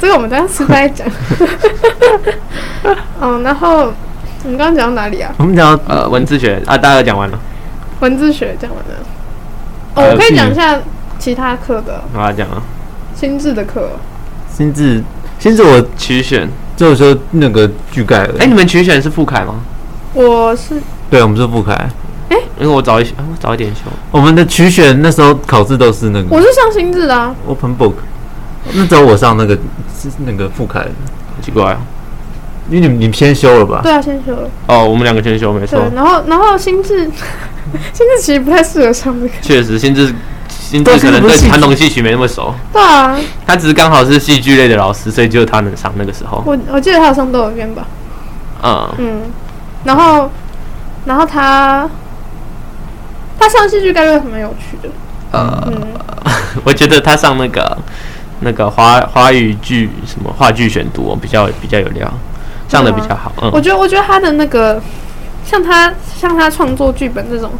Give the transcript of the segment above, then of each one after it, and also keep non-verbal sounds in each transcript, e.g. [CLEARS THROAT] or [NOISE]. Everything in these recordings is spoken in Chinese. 这个我们等一下吃饭再 [LAUGHS] 讲。嗯，然后我们刚刚讲到哪里啊？我们讲到呃文字学啊，大概讲完了，文字学讲完了。还哦，有我可以地讲一下其他课的好啊讲了，心智的课。嗯心智心智我取选，这个时候那个巨盖尔，哎、你们取选是副凯吗？我是对，我们是副凯，因为我早一些，啊我早一点修，我们的取选那时候考试都是那我个是上心智的啊， open book，那时候我上那个是那个副凯，好奇怪哦。因为你们你们先修了吧？对啊，先修了。哦，我们两个先修，没对错，，然后然后心智， [LAUGHS] 心智其实不太适合上这个。确实心智心但智是可能不是对戏剧传统戏曲没那么熟，对啊，他只是刚好是戏剧类的老师，所以只有他能上那个时候。我我记得他有上豆油片吧，嗯，嗯，然后然后他他上戏剧概论还蛮有趣的，呃，嗯，我觉得他上那个那个华华语剧什么话剧选读，我比较比较有料，上的比较好。我嗯，觉得我觉得他的那个像他像他创作剧本这种，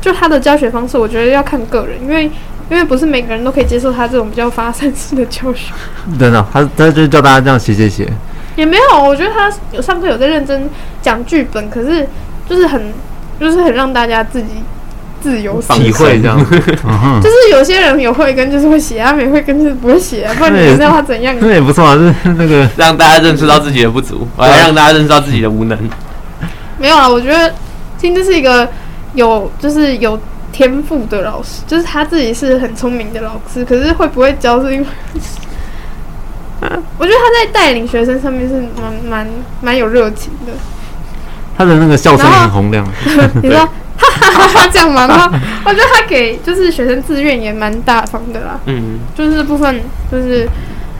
就他的教学方式，我觉得要看个人，因为因为不是每个人都可以接受他这种比较发散式的教学。 [LAUGHS] 真的，他他就叫大家这样写写写，也没有，我觉得他有上课有在认真讲剧本，可是就是很就是很让大家自己自由思放体会这样，嗯哼，就是有些人有慧根，就是会写；，他没慧根就是不会写、不然你不知道他怎 [LAUGHS] 样。 [LAUGHS] 那也不错啊，就是那个让大家认识到自己的不足，我要让大家认识到自己的无能。没有啊，我觉得金志是一个有就是有天赋的老师，就是他自己是很聪明的老师，可是会不会教是因为，我觉得他在带领学生上面是蛮蛮蛮有热情的。他的那个笑声很洪亮，你说哈哈哈哈这样吗？然后我觉得他给就是学生自愿也蛮大方的啦，嗯，就是这部分就是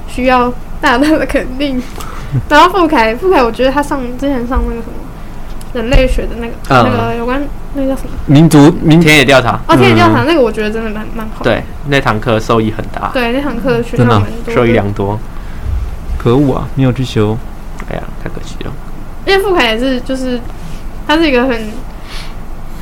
需要大大的肯定。然后傅凯，傅凯，我觉得他上之前上那个什么人类学的那个、嗯那个有关那个叫什么民族民田野调查，哦田野调查那个，我觉得真的蛮蛮好的。嗯对那堂课受益很大，对，那堂课学到真的蛮啊多受益的，良多。可恶啊，没有去修，哎呀，太可惜了。因为傅凯也是就是他是一个很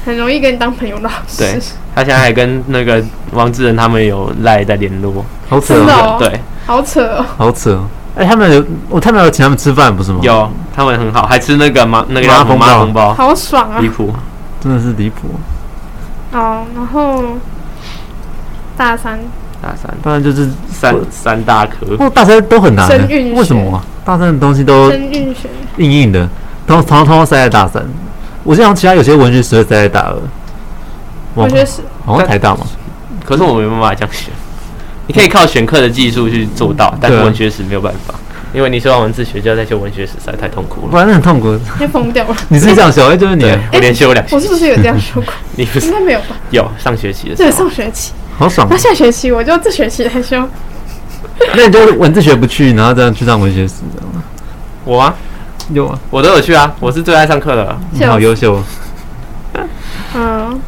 很容易跟你当朋友的老师，对他现在还跟那个王志仁他们有赖在联络，好扯真的哦，哦，对， [LAUGHS] 好扯哦。好扯哦，哎，他们有我他们有请他们吃饭不是吗？，有他们很好，还吃那个麻那个麻叫什么红包麻红 [LAUGHS] 包，好爽啊离！谱。真的是离谱，哦，然后大三大三当然就是三三大科不，过大三都很难声韵欸，学为什么啊？大三的东西都真运学，硬硬的，通通通通塞在大三。我记得好像其他有些文学史会塞在大二，我忘觉了得是好像台大嘛，可是我没办法这样选。你可以靠选课的技术去做到，但是对啊文学史没有办法，因为你修完文字学就要再修文学史，实在太痛苦不了。然很 [LAUGHS] 痛苦。先疯掉了。你自己想学，哎，就是你对，我连修两，我是不是有这样说过？你不应是该没有吧？有上学期的对，时候上，学期，好爽那。下学期我就这学期来修。那你就是文字学不去，然后这样去上文学史，这样吗我啊，有啊，我都有去啊，我是最爱上课的了。你啊好优秀。啊嗯，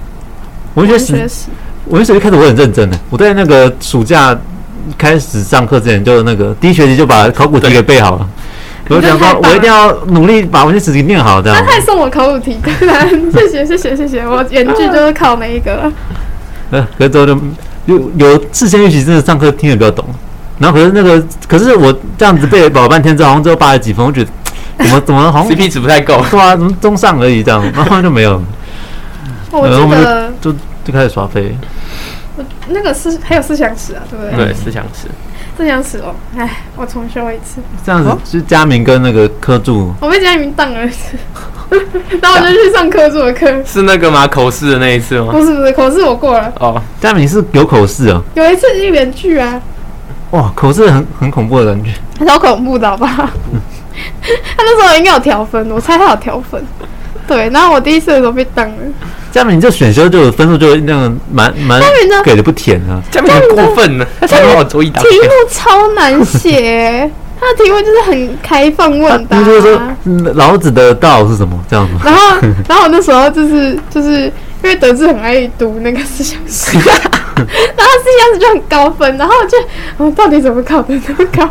文学文史学，史，文学史一开始我很认真的，我在那个暑假开始上课之前，就那个第一学期就把考古题给背好了。我就想你真的太说，棒了我一定要努力把文学史给念好，这样他。还送我考古题， [LAUGHS] 当然谢谢谢谢谢谢，我原句就是考那一个了。呃，可是之后就有有事先预习，真的上课听得比较懂。然后可是那个，可是我这样子背保半天之后，好像只有八十几分，我觉得嗯怎么怎么好像 CP 值不太够，对啊，怎么中上而已这样，然后就没有，我然后记我们得就就开始耍废。那个思还有思想史啊，对不嗯对？对，思想史。思想史哦，哎，我重修一次，这样子哦就是佳明跟那个柯柱，我被家里面当了一次， [LAUGHS] 然后我就去上科座的课。是那个吗？口试的那一次吗？不是不是，口试我过了，哦，佳明是有口试啊，有一次是原剧啊，哇，口试很很恐怖的感觉。超恐怖的好不好？ [LAUGHS] 他那时候应该有调分，我猜他有调分。对，然后我第一次的时候被当了，佳明就选修就有分数就那样蛮蛮佳明呢给的不甜啊，这样很过分呢、他才把我周一打题开。目超难写、他的题目就是很啊开放问答他。就是说嗯老子的道是什么这样子。然后，然后我那时候就是就是因为德智很爱读那个思想史， [LAUGHS] 然后思想史就很高分，然后我就我到底怎么考的那么高？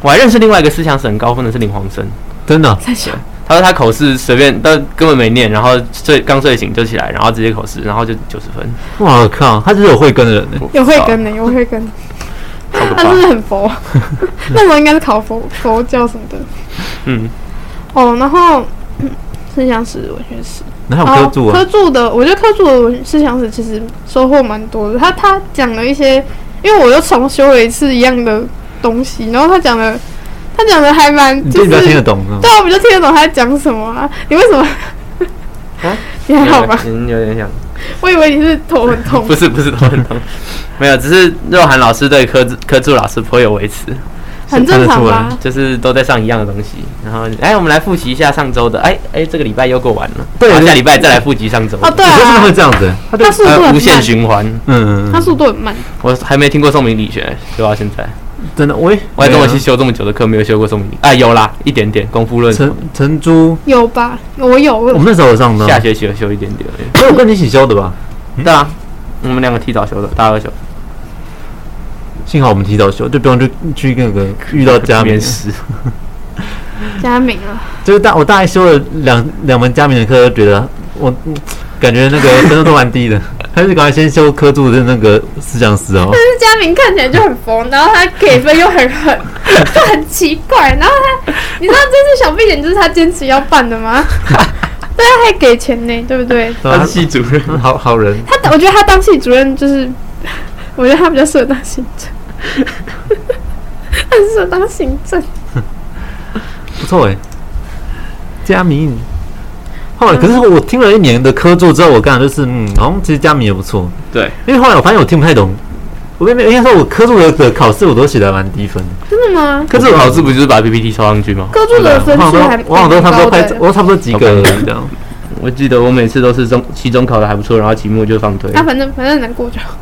我还认识另外一个思想史很高分的是林黄生，真的啊、在想，他说他口试随便，但根本没念，然后睡刚睡醒就起来，然后直接口试，然后就九十分，哇靠，他就是有慧根的人呢、欸有慧根的，有慧根的。超可他怕真。的很佛。那我应该是考佛佛教什么的。嗯，哦，然后 [CLEARS THROAT] 嗯思想史、文学史，然后还哦，有科柱啊科，柱的，我觉得科柱的文思想史其实收获蛮多的。他他讲了一些，因为我又重修了一次一样的东西，然后他讲的，他讲的还蛮你就这是比较听得懂是吗对？啊，我比较听得懂他在讲什么啊。 [LAUGHS] 你为什么？啊 [LAUGHS] 你还好吧？嗯，有点想。我以为你是头很痛不。是不是都很痛，没有，只是若涵老师对科科助老师颇有微词，很正常吧？就是都在上一样的东西，然后哎，我们来复习一下上周的，哎哎，这个礼拜又过完了，对然后下礼拜再来复习上周的，哦，对我真的啊会，这样子，他就他速度很呃，慢，无限循环，嗯嗯他嗯，速度很慢。我还没听过宋明理学修到现在，真的喂，我还中文系没有啊修这么久的课没有修过宋明理，啊有啦，一点点功夫论，陈陈珠，有吧？我有，我我有们那时候有上的，下学期有修一点点而已，我有跟你一起修的吧？对啊，我们两个提早修的，大二修，幸好我们提早修，就不用去去那个遇到 [LAUGHS] 佳明面，试，加名啊，就是大我大一修了两两门佳明的课，就觉得我嗯感觉那个分数都蛮低的， [LAUGHS] 还是赶快先修科柱的那个思想史 [LAUGHS] 哦。但是佳明看起来就很疯，然后他给分又很狠，就很奇怪。然后他，你知道这次小闭眼就是他坚持要办的吗？ [LAUGHS] 对啊，还给钱呢，对不对？对啊系 [LAUGHS] 主任，他好好人，他我觉得他当系主任就是，我觉得他比较适合当行政，他很适合当行政。不错哎，佳明。后嗯来，可是我听了一年的科柱之后，我感觉就是，嗯，好像其实佳明也不错，对，因为后来我发现我听不太懂，我没没应该说我科柱的考试我都写的蛮低分的，真的吗？科助考试不就是把 PPT 抄上去吗？科助的分我好数还像都我好像都差欸不多快，我都差不多及格了这样。我记得我每次都是中期中考的还不错，然后期末就放推。啊，反正反正难过就好。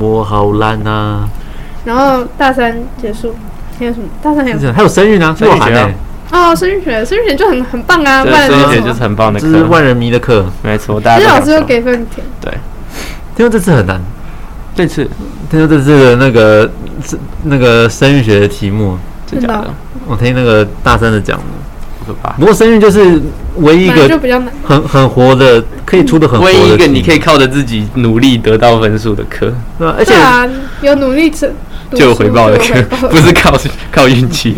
我好烂啊！然后大三结束，还有什么？大三还有还有生日呢，生日洛涵学啊欸哦，声乐学，声乐学就很很棒啊，不对，然这能一节什就么是很棒的这是课，万人迷的课，没错，大其实家都老师想又上给分填，听说这次很难，这次听说这次的那个是那个生育学的题目，真假真的的哦我听那个大三的讲的。不可怕，不过生育就是唯一一本来就个比较难。很很活的，可以出的很活嗯唯的题目，一一个你可以靠着自己努力得到分数的课，对吧而且对啊，有努力成就有回报的课， [LAUGHS] 不 [LAUGHS] 不是靠靠运气。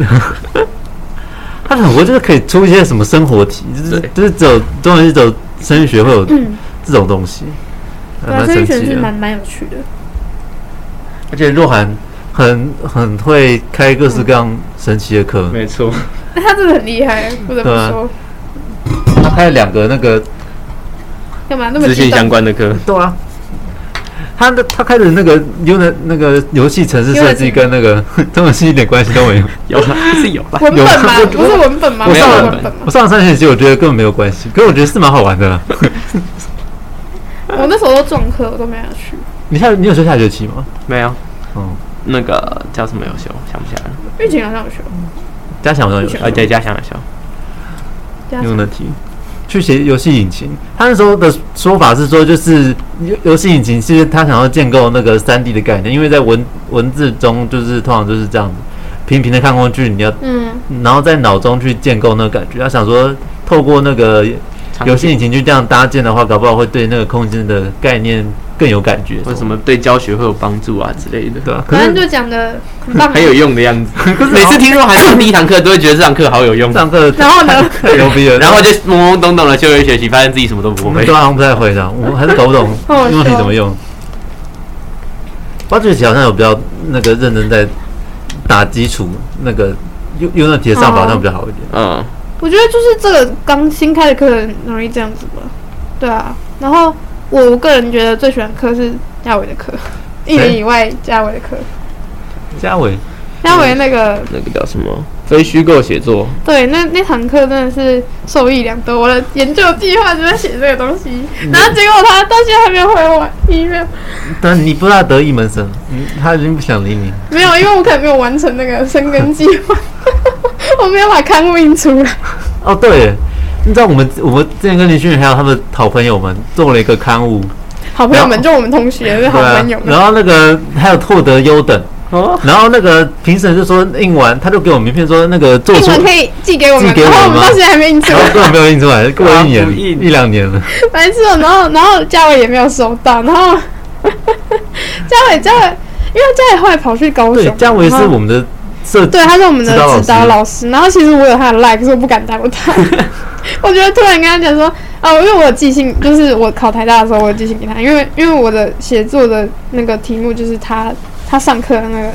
他很活，就是可以出一些什么生活题，就是对就是只有中文系只有生育学会有这种东西，嗯对啊，还蛮声乐神学奇是的。蛮蛮有趣的。 [LAUGHS] 而且若涵很很会开各式各样神奇的课， [LAUGHS] 没错，那他真的很厉害，不得不对啊说。他开了两个那个，干嘛那么资激讯相动？关的课，对啊，他的他开的那个 UNI 那个游戏城市设计 Unity 跟那个 [LAUGHS] 中文系一点关系都没有。有啦，是有啦。文本有吗我？不是文本吗？我不是上文了本吗？我上三学期我觉得根本没有关系，可是我觉得是蛮好玩的啦。我那时候都撞课，我都没有去。你下你有修下学期吗？没有，嗯，那个叫什么有修，想不起来了。玉琴好像有去，嗯加强好像有修啊，对，家乡有修，加上 Unity 去写游戏引擎。他那时候的说法是说，就是游游戏引擎其实他想要建构那个三 D 的概念，因为在文文字中就是通常就是这样子，平平的看过去，你要嗯，然后在脑中去建构那个感觉。他想说，透过那个游戏引擎去这样搭建的话，搞不好会对那个空间的概念更有感觉。或者什？么对教学会有帮助啊之类的，对啊，可反是正就讲的很棒啊。很有用的样子。每次听若涵上第一堂课，都会觉得这堂课好有 [LAUGHS] 用这。堂课然后呢？ [LAUGHS] 太牛逼了，然后就懵懵懂懂的修一学期，发现自己什么都不我们会都。好像不太会的，我还是搞不懂 [LAUGHS] 好好笑用题怎么用。八学期好像有比较那个认真在打基础，那个用用那题的上法好像比较好一点。嗯，我觉得就是这个刚新开的课很容易这样子吧，对啊。然后我个人觉得最喜欢课是嘉伟的课，一年以外嘉伟的课，哎嘉伟，嘉伟那个那个叫什么非虚构写作，对那那堂课真的是受益良多。我的研究计划就在写这个东西，嗯然后结果他到现在还没有回我 email，但你不知道得意门生，嗯他已经不想理你。没有，因为我可能没有完成那个生根计划， [LAUGHS] 我没有把刊物印出来。哦，对耶，你知道我们我们之前跟林俊宇还有他们好朋友们做了一个刊物，好朋友们，就我们同学，是好对啊朋友，们然。后那个还有获得优等，哦，然后那个评审就说印完他就给我名片说那个做英出文可以寄给我们，寄给我然们后我们到现在还没印出然来后。根本没有 [LAUGHS] 印出来，过了一啊年不印一两年了。 [LAUGHS] 白痴哦，然后然后嘉伟也没有收到，然后嘉伟，嘉伟，因为嘉伟后来跑去高对，雄，嘉伟是然后我们的社对，他是我们的指导老师指导老师。然后其实我有他的 like，可是我不敢打过 [LAUGHS] 他。我觉得突然跟他讲说，哦，因为我有寄信，就是我考台大的时候，我有寄信给他，因为因为我的写作的那个题目就是他他上课的那个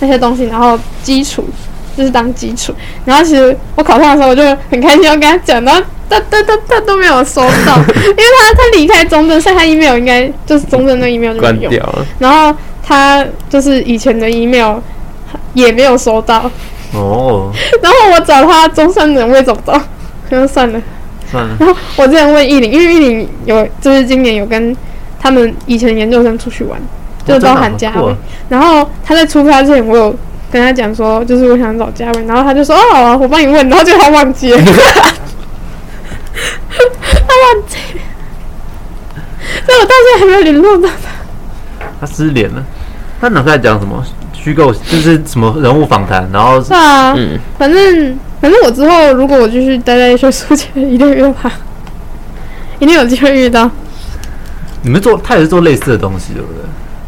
那些东西，然后基础就是当基础。然后其实我考上的时候，我就很开心要跟他讲，然后他他他他都没有收到，因为 [LAUGHS] 他他离开中正，所以他 email 应该就是中正的 email 就关没有。掉了。然后他就是以前的 email 也没有收到，哦，然后我找他中山人我也找不到， [LAUGHS] 然后算了。算了，然后我之前问艺林，因为艺林有就是今年有跟他们以前研究生出去玩，就都喊嘉哦真的好伟酷。啊然后他在出发之前，我有跟他讲说，就是我想找嘉伟，然后他就说哦好啊，我帮你问，然后就他忘记 [LAUGHS] 了，他忘记了，所以我到现在还没有联络到他。哦他失联了。他脑袋讲什么虚构，就是什么人物访谈，然后是啊，嗯，反正反正我之后如果我继续待在学术界，一定会遇到他， [LAUGHS] 一定有机会遇到。你们做他也是做类似的东西，对不对？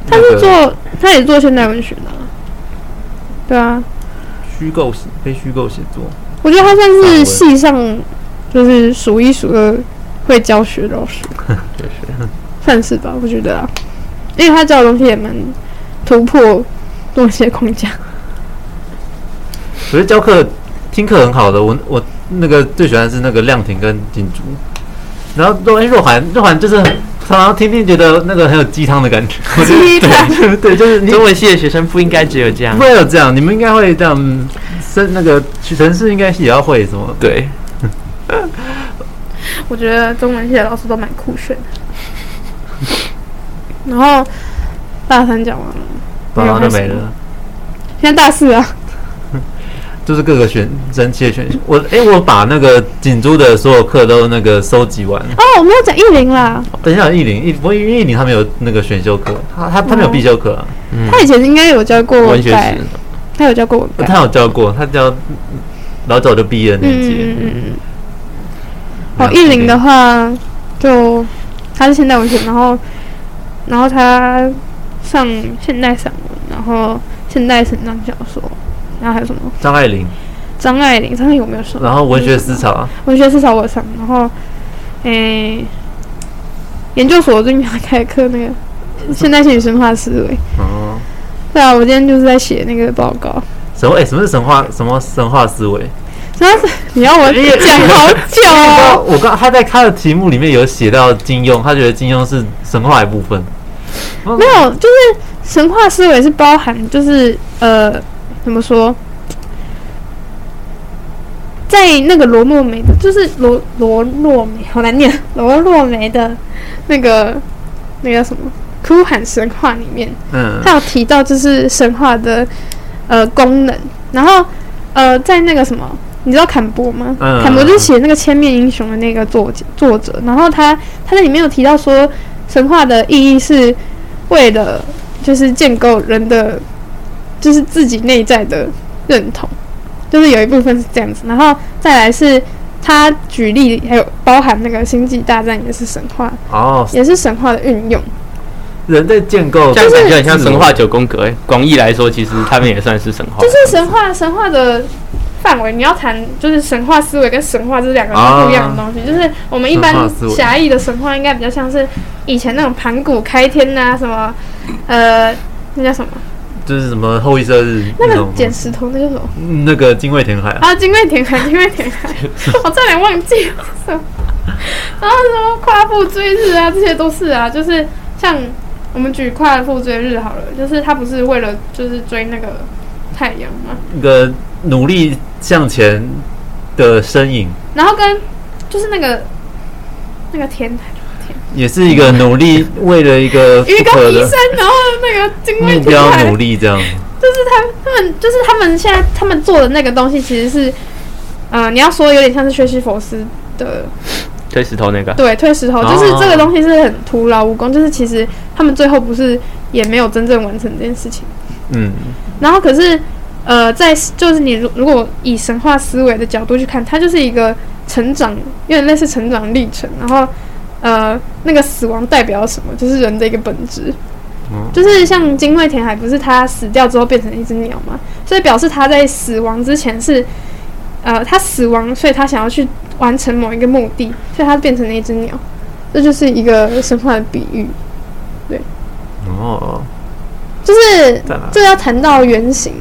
他那是个做，他也做现代文学的啊、对啊，虚构写非虚构写作，我觉得他算散是文系上就是数一数二会教学的老 [LAUGHS] 师，就是算是吧，我觉得啊，因为他教的东西也蛮突破那些框架。我觉得教课听课很好的，我我那个最喜欢的是那个亮婷跟金珠，然后若若涵若涵就是常常听听觉得那个很有鸡汤的感觉， [LAUGHS] 我觉鸡汤得对 [LAUGHS] 对，就是 [LAUGHS] 你中文系的学生不应该只有这样不。会有这样，你们应该会这样，嗯是那个城市应该也要会什么对，我觉得中文系的老师都蛮酷炫的。然后大三讲完了，然后就没没有了，现在大四啊，就是各个选神奇的选我哎、我把那个锦珠的所有课都那个收集完，哦，我没有讲艺林啦，等一下艺林艺不过因为艺林他没有那个选修课，他哦他他没有必修课、啊，嗯他，以前应该有教过文文学改史，，他有教过文改。他有教过，他教老早就毕业的年纪。嗯嗯嗯。哦，艺林的话，就他是现代文学，然后然后他上现代散文，然后现代神章小说，然后还有什么张爱玲，张爱玲，张爱玲有没有上？然后文学思潮，啊文学至少我上，然后诶、研究所最近还开课那个现代性与神话思维。哦，对啊，我今天就是在写那个报告。什么？哎、什么是神话？什么神话思维？然 [LAUGHS] 后你要我讲好久哦。我刚他在他的题目里面有写到金庸，他觉得金庸是神话的一部分。没有，就是神话思维是包含，就是呃，怎么说，在那个罗洛梅的，就是罗罗洛梅，好难念，罗洛梅的那个那个叫什么《哭喊神话》里面，嗯，他有提到就是神话的呃功能，然后呃，在那个什么，你知道坎伯吗？嗯坎伯就是写那个《千面英雄》的那个作者作者，然后他他在里面有提到说，神话的意义是为了就是建构人的就是自己内在的认同，就是有一部分是这样子，然后再来是。他举例还有包含那个《星际大战》也是神话，哦，也是神话的运用。人在建构，这样感觉很像神话九宫格。哎广义来说，其实他们也算是神话。就是神话神话的范围，你要谈就是神话思维跟神话这两个是不一样的东西。就是我们一般神话思维狭义的神话，应该比较像是以前那种盘古开天呐、什么呃，那叫什么？就是什么后羿射日那那个种，捡石头那叫什么？嗯那个精卫填海啊，啊，精卫填海，精卫填海，我差点忘记了什么。然后什么夸父追日啊，这些都是啊，就是像我们举夸父追日好了，就是他不是为了就是追那个太阳吗？那个努力向前的身影，然后跟就是那个那个天台也是一个努力为了一个鱼不缸可医的生，然后那个精卫目天标台，努力这样。就是他他们就是他们现在他们做的那个东西，其实是，呃，你要说有点像是薛西佛斯的推石头那个，对推石头，哦就是这个东西是很徒劳无功，就是其实他们最后不是也没有真正完成这件事情。嗯，然后可是，呃，在就是你如如果以神话思维的角度去看，它就是一个成长，有点类似成长历程。然后，呃，那个死亡代表什么？就是人的一个本质。嗯就是像金惠田海，不是他死掉之后变成一只鸟嘛，所以表示他在死亡之前是，呃，他死亡，所以他想要去完成某一个目的，所以他变成了一只鸟，这就是一个神话的比喻。哦，就是在哪？这要谈到原型，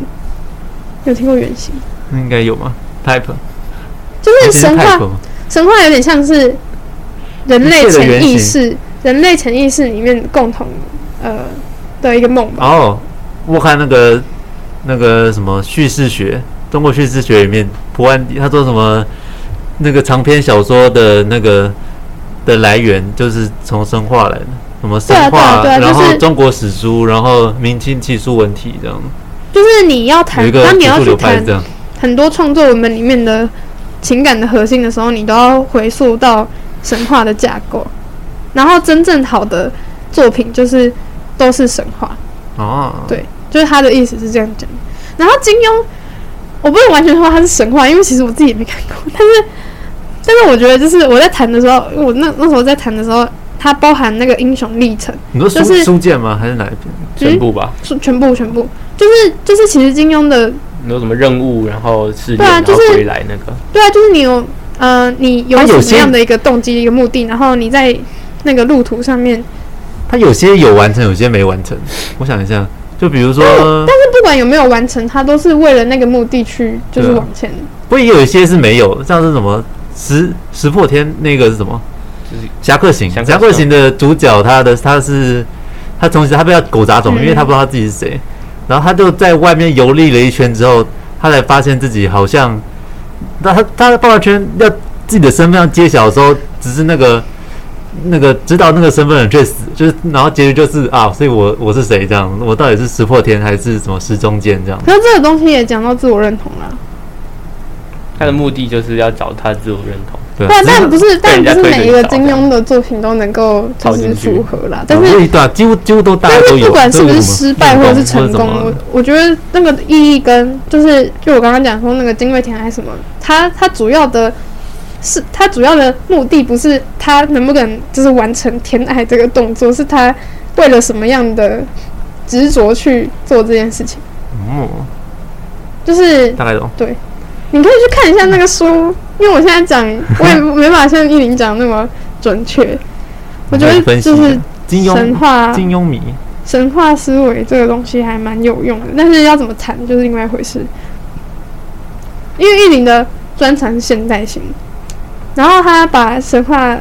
有听过原型？应该有吗？Type，就是神话 type 吗？神话有点像是人类一切的潜原意识，人类潜意识里面共同呃的一个梦吧。哦，我看那个那个什么叙事学，中国叙事学里面，普安迪他说什么那个长篇小说的那个的来源就是从神话来的，什么神对啊对话，啊对啊然就后是中国史书，然后明清技术文体这样，就是你要有谈一，个当你技要术去流派谈是这样。很多创作文本里面的情感的核心的时候，你都要回溯到神话的架构。然后真正好的作品就是都是神话，哦，对就是他的意思是这样讲。然后金庸，我不能完全说他是神话，因为其实我自己也没看过，但是 [LAUGHS] 但是我觉得就是我在谈的时候，我那那时候在谈的时候，它包含那个英雄历程。你说书、就是书剑吗？还是哪一篇？全部吧，是全部全部，就是就是其实金庸的你有什么任务，然后试对炼，啊然后就是回来那个，对啊，就是你有呃你有它什有么些样的一个动机一个目的，然后你在那个路途上面，他有些有完成，有些没完成。我想一下，就比如说，但是不管有没有完成，它都是为了那个目的去就是对啊往前。不过也有一些是没有，像是什么石石破天那个是什么？就是侠客行，侠客行侠客行的主角他的他是他从小他被他狗杂种，嗯因为他不知道他自己是谁，然后他就在外面游历了一圈之后，他才发现自己好像，那他他的爆料圈要自己的身份要揭晓的时候，只是那个那个知道那个身份的人却死，就是然后结局就是啊，所以我我是谁这样，我到底是石破天还是什么石中剑这样？可是这个东西也讲到自我认同啦，他的目的就是要找他自我认同。对对啊，只但不是是但不人家是推着每一你个找金这样庸的作品都能够就套是进去符合啦，但是对对啊，几乎几乎都大家但都是有，不管是不是这个什么失败或者是成功，或者什我么我觉得那个意义跟就是就我刚刚讲说那个金龟田还是什么，它它主要的是它主要的目的不是它能不能就是完成天爱这个动作，是它为了什么样的执着去做这件事情。嗯，就是大概懂。你可以去看一下那个书，因为我现在讲我也没办法像依林讲那么准确。我觉可以得分析就一下是金神庸，话金庸迷，神话思维这个东西还蛮有用的，但是要怎么谈就是另外一回事。因为玉林的专长是现代性，然后他把神话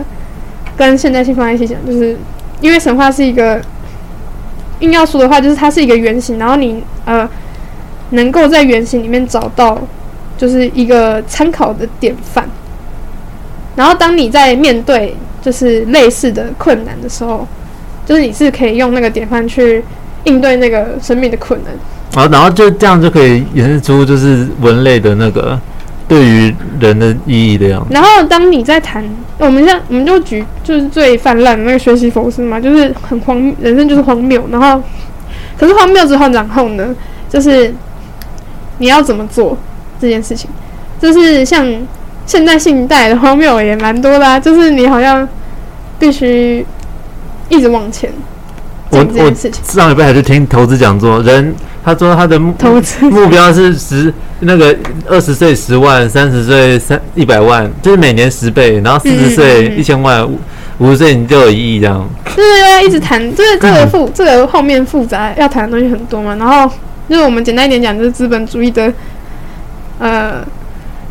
跟现代性放在一起讲，就是因为神话是一个硬要说的话，就是它是一个原型，然后你呃能够在原型里面找到就是一个参考的典范，然后当你在面对就是类似的困难的时候，就是你是可以用那个典范去应对那个生命的困难。然后然后就这样就可以衍生出就是文类的那个对于人的意义的样子。然后当你在谈，我们像我们就举就是最泛滥的那个学习佛斯嘛，就是很荒谬，人生就是荒谬。然后，可是荒谬之后，然后呢，就是你要怎么做这件事情，就是像现代性带的荒谬也蛮多啦、就是你好像必须一直往前我进这件事情，上礼拜还去听投资讲座，人他说他的目投资。目标是十那个二十岁十万，三十岁三一百万，就是每年十倍，然后四十岁嗯嗯嗯一千万，五十岁你就有一亿这样。就是要一直谈，就是嗯这个复这个后面复杂要谈的东西很多嘛。然后就是我们简单一点讲，就是资本主义的，呃，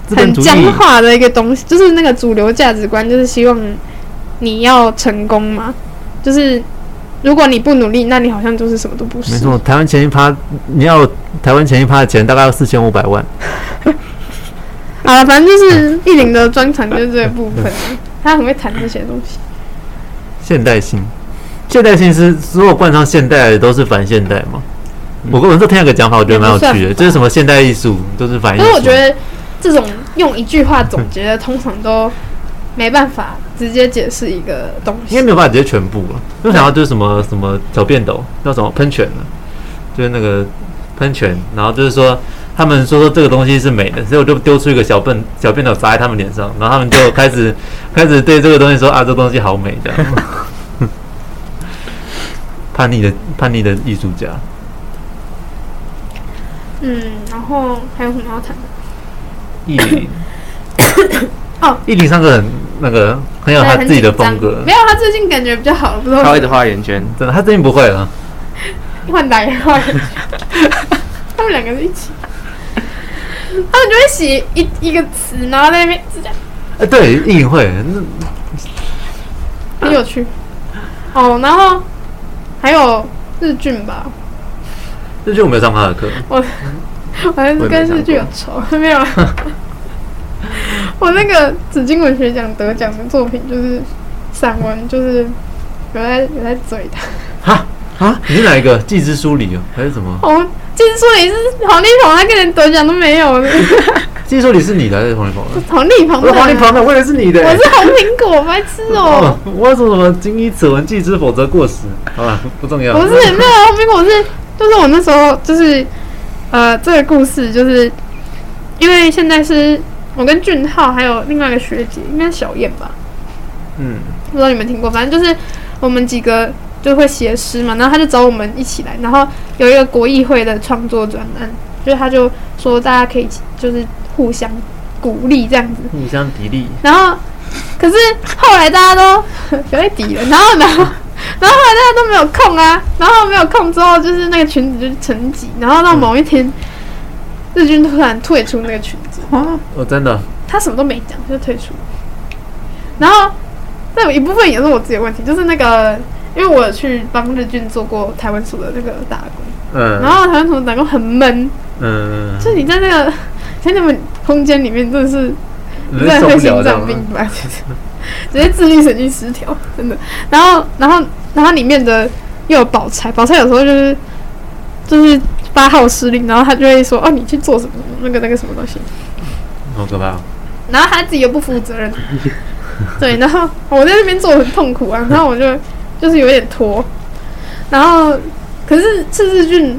资本很主义僵化的一个东西，就是那个主流价值观，就是希望你要成功嘛。就是如果你不努力，那你好像就是什么都不没是。错，台湾前一趴你要有台湾前一趴的钱大概要四千五百万。好了，反正就是意林的专长就是这个部 [LAUGHS] 分，他很会谈这些东西。现代性，现代性是所有冠上现代的都是反现代嘛？嗯我跟我这听到一个讲法，我觉得蛮有趣也的，不算吧就是什么现代艺术都是反艺可术。是我觉得这种用一句话总结的，通常都没办法直接解释一个东西。应该没有办法直接全部了，就想到就是什么什么小便斗，叫什么喷泉了，就是那个喷泉，然后就是说他们说说这个东西是美的，所以我就丢出一个小笨小便斗砸在他们脸上，然后他们就开始 [LAUGHS] 开始对这个东西说啊，这东西好美这样。叛逆的叛逆的艺术家。嗯，然后还有什么要谈的？嗯意林哦，意林上课很那个很有对他很自己的紧张风格没，有，他最近感觉比较好了，不知 [LAUGHS] 道他为会一什直么画圆圈，真的他最近不会啊了。换打也换人，他们两个是一 [LAUGHS] 起，他们就会写一一个词，然后在那边是这样，哎，对，意林会，那很有趣。哦，然后还有日俊吧，这就我没有上他的课，我还是跟日剧有仇，没有。 [LAUGHS] 我那个紫金文学奖得奖的作品就是散文，就是有在有在嘴他。啊，你是哪一个？寄之书里哦，还是什么？哦，金书里是黄立鹏，他跟人得奖都没有，寄之书里是你的还是黄立鹏的？黄立鹏。我是黄立鹏，的，我以为是你的。啊我是红苹果，白痴哦哦。，我说什么？今以此文记之，否则过时。好了，不重要。不是，没有红苹果是，就是我那时候就是呃，这个故事就是因为现在是我跟俊浩还有另外一个学姐，应该是小燕吧，嗯，不知道你们听过，反正就是我们几个就会写诗嘛，然后他就找我们一起来，然后有一个国议会的创作专案，就是他就说大家可以就是互相鼓励这样子，互相砥砺。然后可是后来大家都 [LAUGHS] 不要再抵了，然后然后 [LAUGHS] 然后后来大家都没有空啊，然后没有空之后就是那个群子就是沉寂，然后到某一天、日军突然退出那个群组。哦，真的，他什么都没讲就退出。然后这有一部分也是我自己的问题，就是那个因为我有去帮日军做过台湾署的那个打工，然嗯后台湾署的打工很闷，嗯，就是你在那个在那个空间里面真的是你真的受不会了心这脏样啊病吗？吧，直接自律神经失调，真的。然后，然后，然后里面的又有宝钗，宝钗有时候就是就是发号施令，然后他就会说：“哦，你去做什么那个那个什么东西。”好可怕哦。然后他自己又不负责 [LAUGHS] 任，对，然后我在那边做得很痛苦啊，然后我就就是有点拖，然后可是赤志俊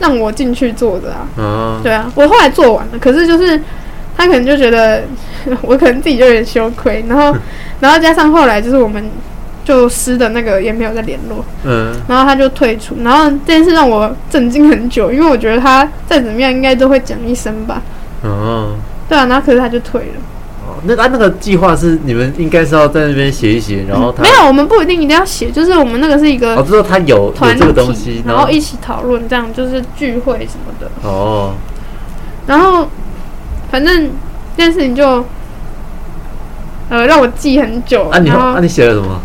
让我进去做的啊，嗯，对啊，我后来做完了，可是就是他可能就觉得 [LAUGHS] 我可能自己就有点羞愧，然 [LAUGHS] 后然后加上后来就是我们就师的那个也没有再联络，嗯，然后他就退出，然后这件事让我震惊很久，因为我觉得他再怎么样应该都会讲一声吧，哦，对啊，然后可是他就退了。哦那他那个计划是你们应该是要在那边写一写，然后他没有，我们不一定一定要写，就是我们那个是一个哦，就说他有有团这个东体西，，然后一起讨论，这样就是聚会什么的。哦，然后反正这件事情就呃让我记很久，啊你然啊后你写了什么？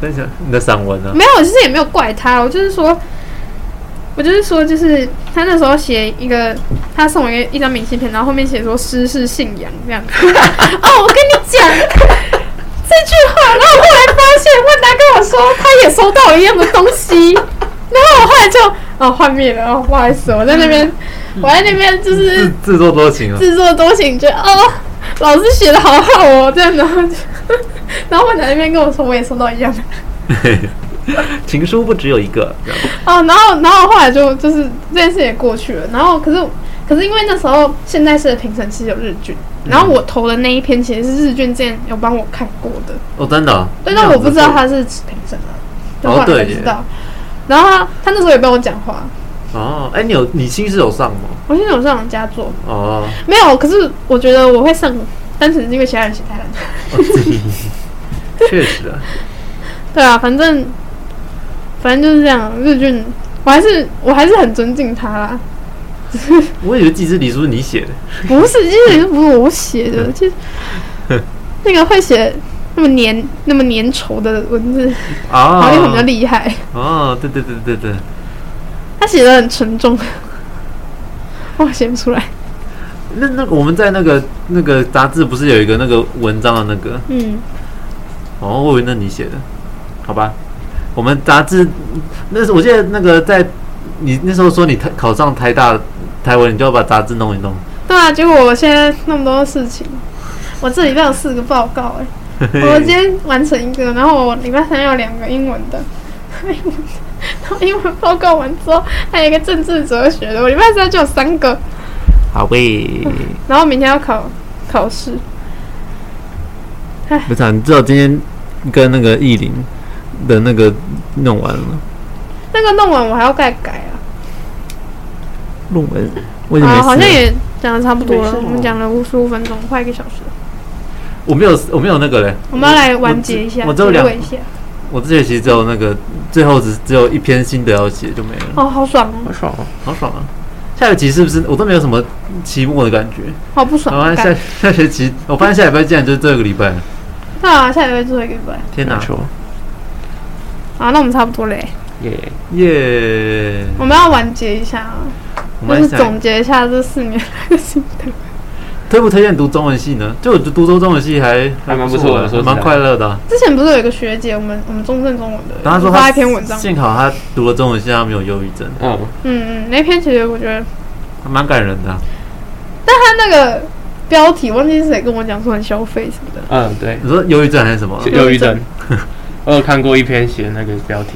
分享你的散文啊？没有，其实也没有怪他，我就是说。我就是说，就是他那时候写一个，他送我一个一张明信片，然后后面写说“诗是信仰” [LAUGHS] 这样子。哦，我跟你讲这句话，然后后来发现万达跟我说他也收到了一样的东 [LAUGHS] 西，然后我后来就哦幻灭了哦，不好意思，我在那边，嗯我在那边就是自自作多情 [LAUGHS] 啊！制作东西，你觉得哦，老师写的好好哦，这样然后就 [LAUGHS] 然后万达那边跟我说我也收到一样的。情书不只有一个，这样哦，然后然后后来就就是这件事也过去了，然后可是可是因为那时候现代式的评审其实有日剧，然后我投的那一篇其实是日剧之前有帮我看过的，哦，真的啊？但是我不知道他是评审啊，就后来才知道。然后他他那时候也帮我讲话，哦，哎，你有你新是有上吗？我现在有上网佳作，哦，没有，可是我觉得我会上，单纯是因为其他人写太烂。确实啊，对啊，反正反正就是这样，日俊我还是我还是很尊敬他啦。我以为《寄之离书》是你写的。不是，其实也不是我写的，其实那个会写那么粘那么粘稠的文字，啊好像比较厉害。哦，对对对对对，他写的很沉重， [LAUGHS] 我写不出来。那那个我们在那个那个杂志不是有一个那个文章的那个？嗯，哦，我以为那你写的，好吧？我们杂志那是我记得那个在你那时候说你台考上台大台文，你就要把杂志弄一弄。对啊，结果我现在那么多事情，我这礼拜有四个报告 [LAUGHS] 哎、我今天完成一个，然后我礼拜三要两个英文的， [LAUGHS] 英文的，然后英文报告完之后还有一个政治哲学的，我礼拜三就有三个，好喂，然后明天要考考试。不是、啊，你知道今天跟那个意林的那个弄完了，那个弄完我还要再改啊。论文我已经没啊，事好像了也讲的差不多没了，事啊了我们讲了五十五分钟，快一个小时了。我没有我没有那个嘞，我们要来完结一下，我只有两结尾一下。我这学期只有那个最后只只有一篇心得要写就没了，哦，好爽哦，好爽哦！好爽啊！下学期是不是我都没有什么期末的感觉？好不然后爽。下干下学期，我发现下礼拜竟然就是这个礼拜了，那啊下礼拜最后一个礼拜。天哪没！错，啊，那我们差不多嘞，耶、耶！我们要完结一下啊，我就们是来想总结一下这四年的心得。推不推荐读中文系呢？就我读读中文系还还蛮不不错的啊说实在蛮快乐的啊。之前不是有一个学姐，我们我们中正中文的，然后他说发他一篇文章，幸好他读了中文系，他没有忧郁症，嗯，嗯嗯，那篇其实我觉得还蛮感人的啊。他那个标题忘记是谁跟我讲说很消费什么的，嗯，对，你说忧郁症还是什么？是忧郁症。嗯 [LAUGHS] 我有看过一篇写那个标题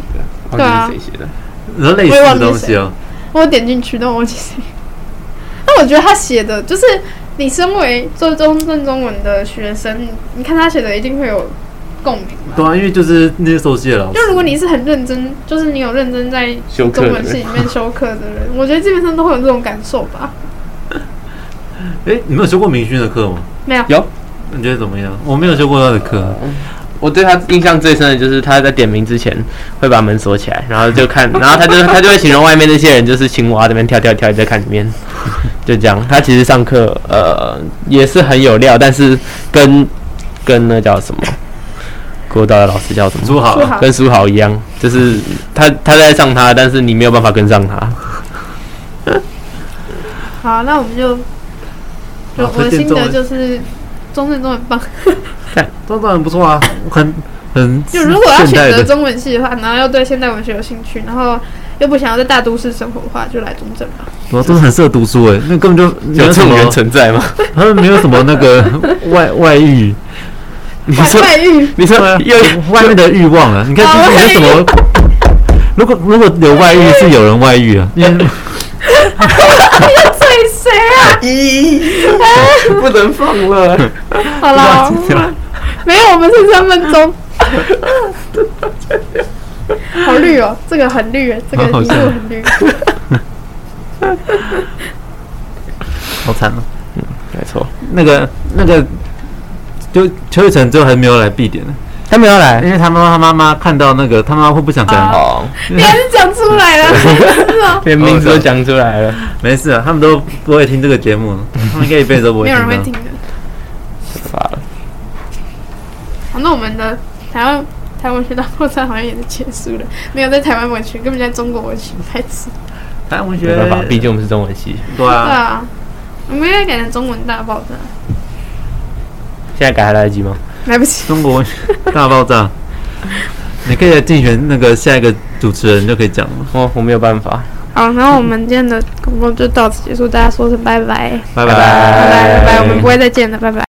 的，对啊忘记是谁写的。你说类似的东西哦。我有点进去，但我忘记谁。但我觉得他写的就是你身为做中正中文的学生，你看他写的一定会有共鸣吧。对啊，因为就是那些熟悉的老师就，如果你是很认真，就是你有认真在修课中的文系人里面修课的人，我觉得基本上都会有这种感受吧。哎，你们有修过明勋的课吗？没有，有，你觉得怎么样？我没有修过他的课，啊嗯我对他印象最深的就是他在点名之前会把门锁起来，然后就 [LAUGHS] 看，然后他就他就会形容外面那些人就是青蛙在那边跳跳跳，一直在看里面，就这样。他其实上课呃也是很有料，但是跟跟那叫什么国道的老师叫什么？朱好啊说好跟书豪一样，就是他他在上他，但是你没有办法跟上他。好，那我们就就好我的推荐心中得文就是中正中文 [LAUGHS] 棒。这段很不错啊，很很就如果要现选代择的中文系的话，然后又对现代文学有兴趣，然后又不想要在大都市生活的话，就来中正吧。我真的很适合读书哎，那根本就没有这什种么人，存在吗？他们没有什么那 [LAUGHS] 个外外遇，你外说外 [LAUGHS] 遇，你说又外面的欲望啊。你看，啊就是没有什么。如果如果有外遇，是有人外遇 [LAUGHS] 啊，因为对谁啊？哎咦， [LAUGHS] 不能放了，好啦，没有，我们是三分钟。好绿哦，这个很绿耶，这个好好一路笑很 [LAUGHS] 绿。 [LAUGHS] 好惨哦。没错，那个那个，就邱雨辰最后还没有来必点呢，他没有来因为他妈妈他妈妈看到那个，他妈妈会不想讲。啊哦，你还是讲出来 [LAUGHS] 了，是哦吗？连名字都讲出来了，没事啊，他们都不会听这个 [LAUGHS] 节目，他们应该一辈子都不会没听有到。人会听的。发了，好，那我们的台湾台湾文学大爆炸好像也是结束了，没有在台湾文学，根本在中国文学开始。台湾文学没办法，毕竟我们是中文系，对对啊，啊，我们也改成中文大爆炸，现在改还来得及吗？来不及。中国文学大爆炸。你可以来竞选那个下一个主持人，就可以讲了。哦，我没有办法，好，然后我们今天的广播就到此结束，大家说声拜拜，拜拜拜拜拜拜，拜我们不会再见了，拜拜。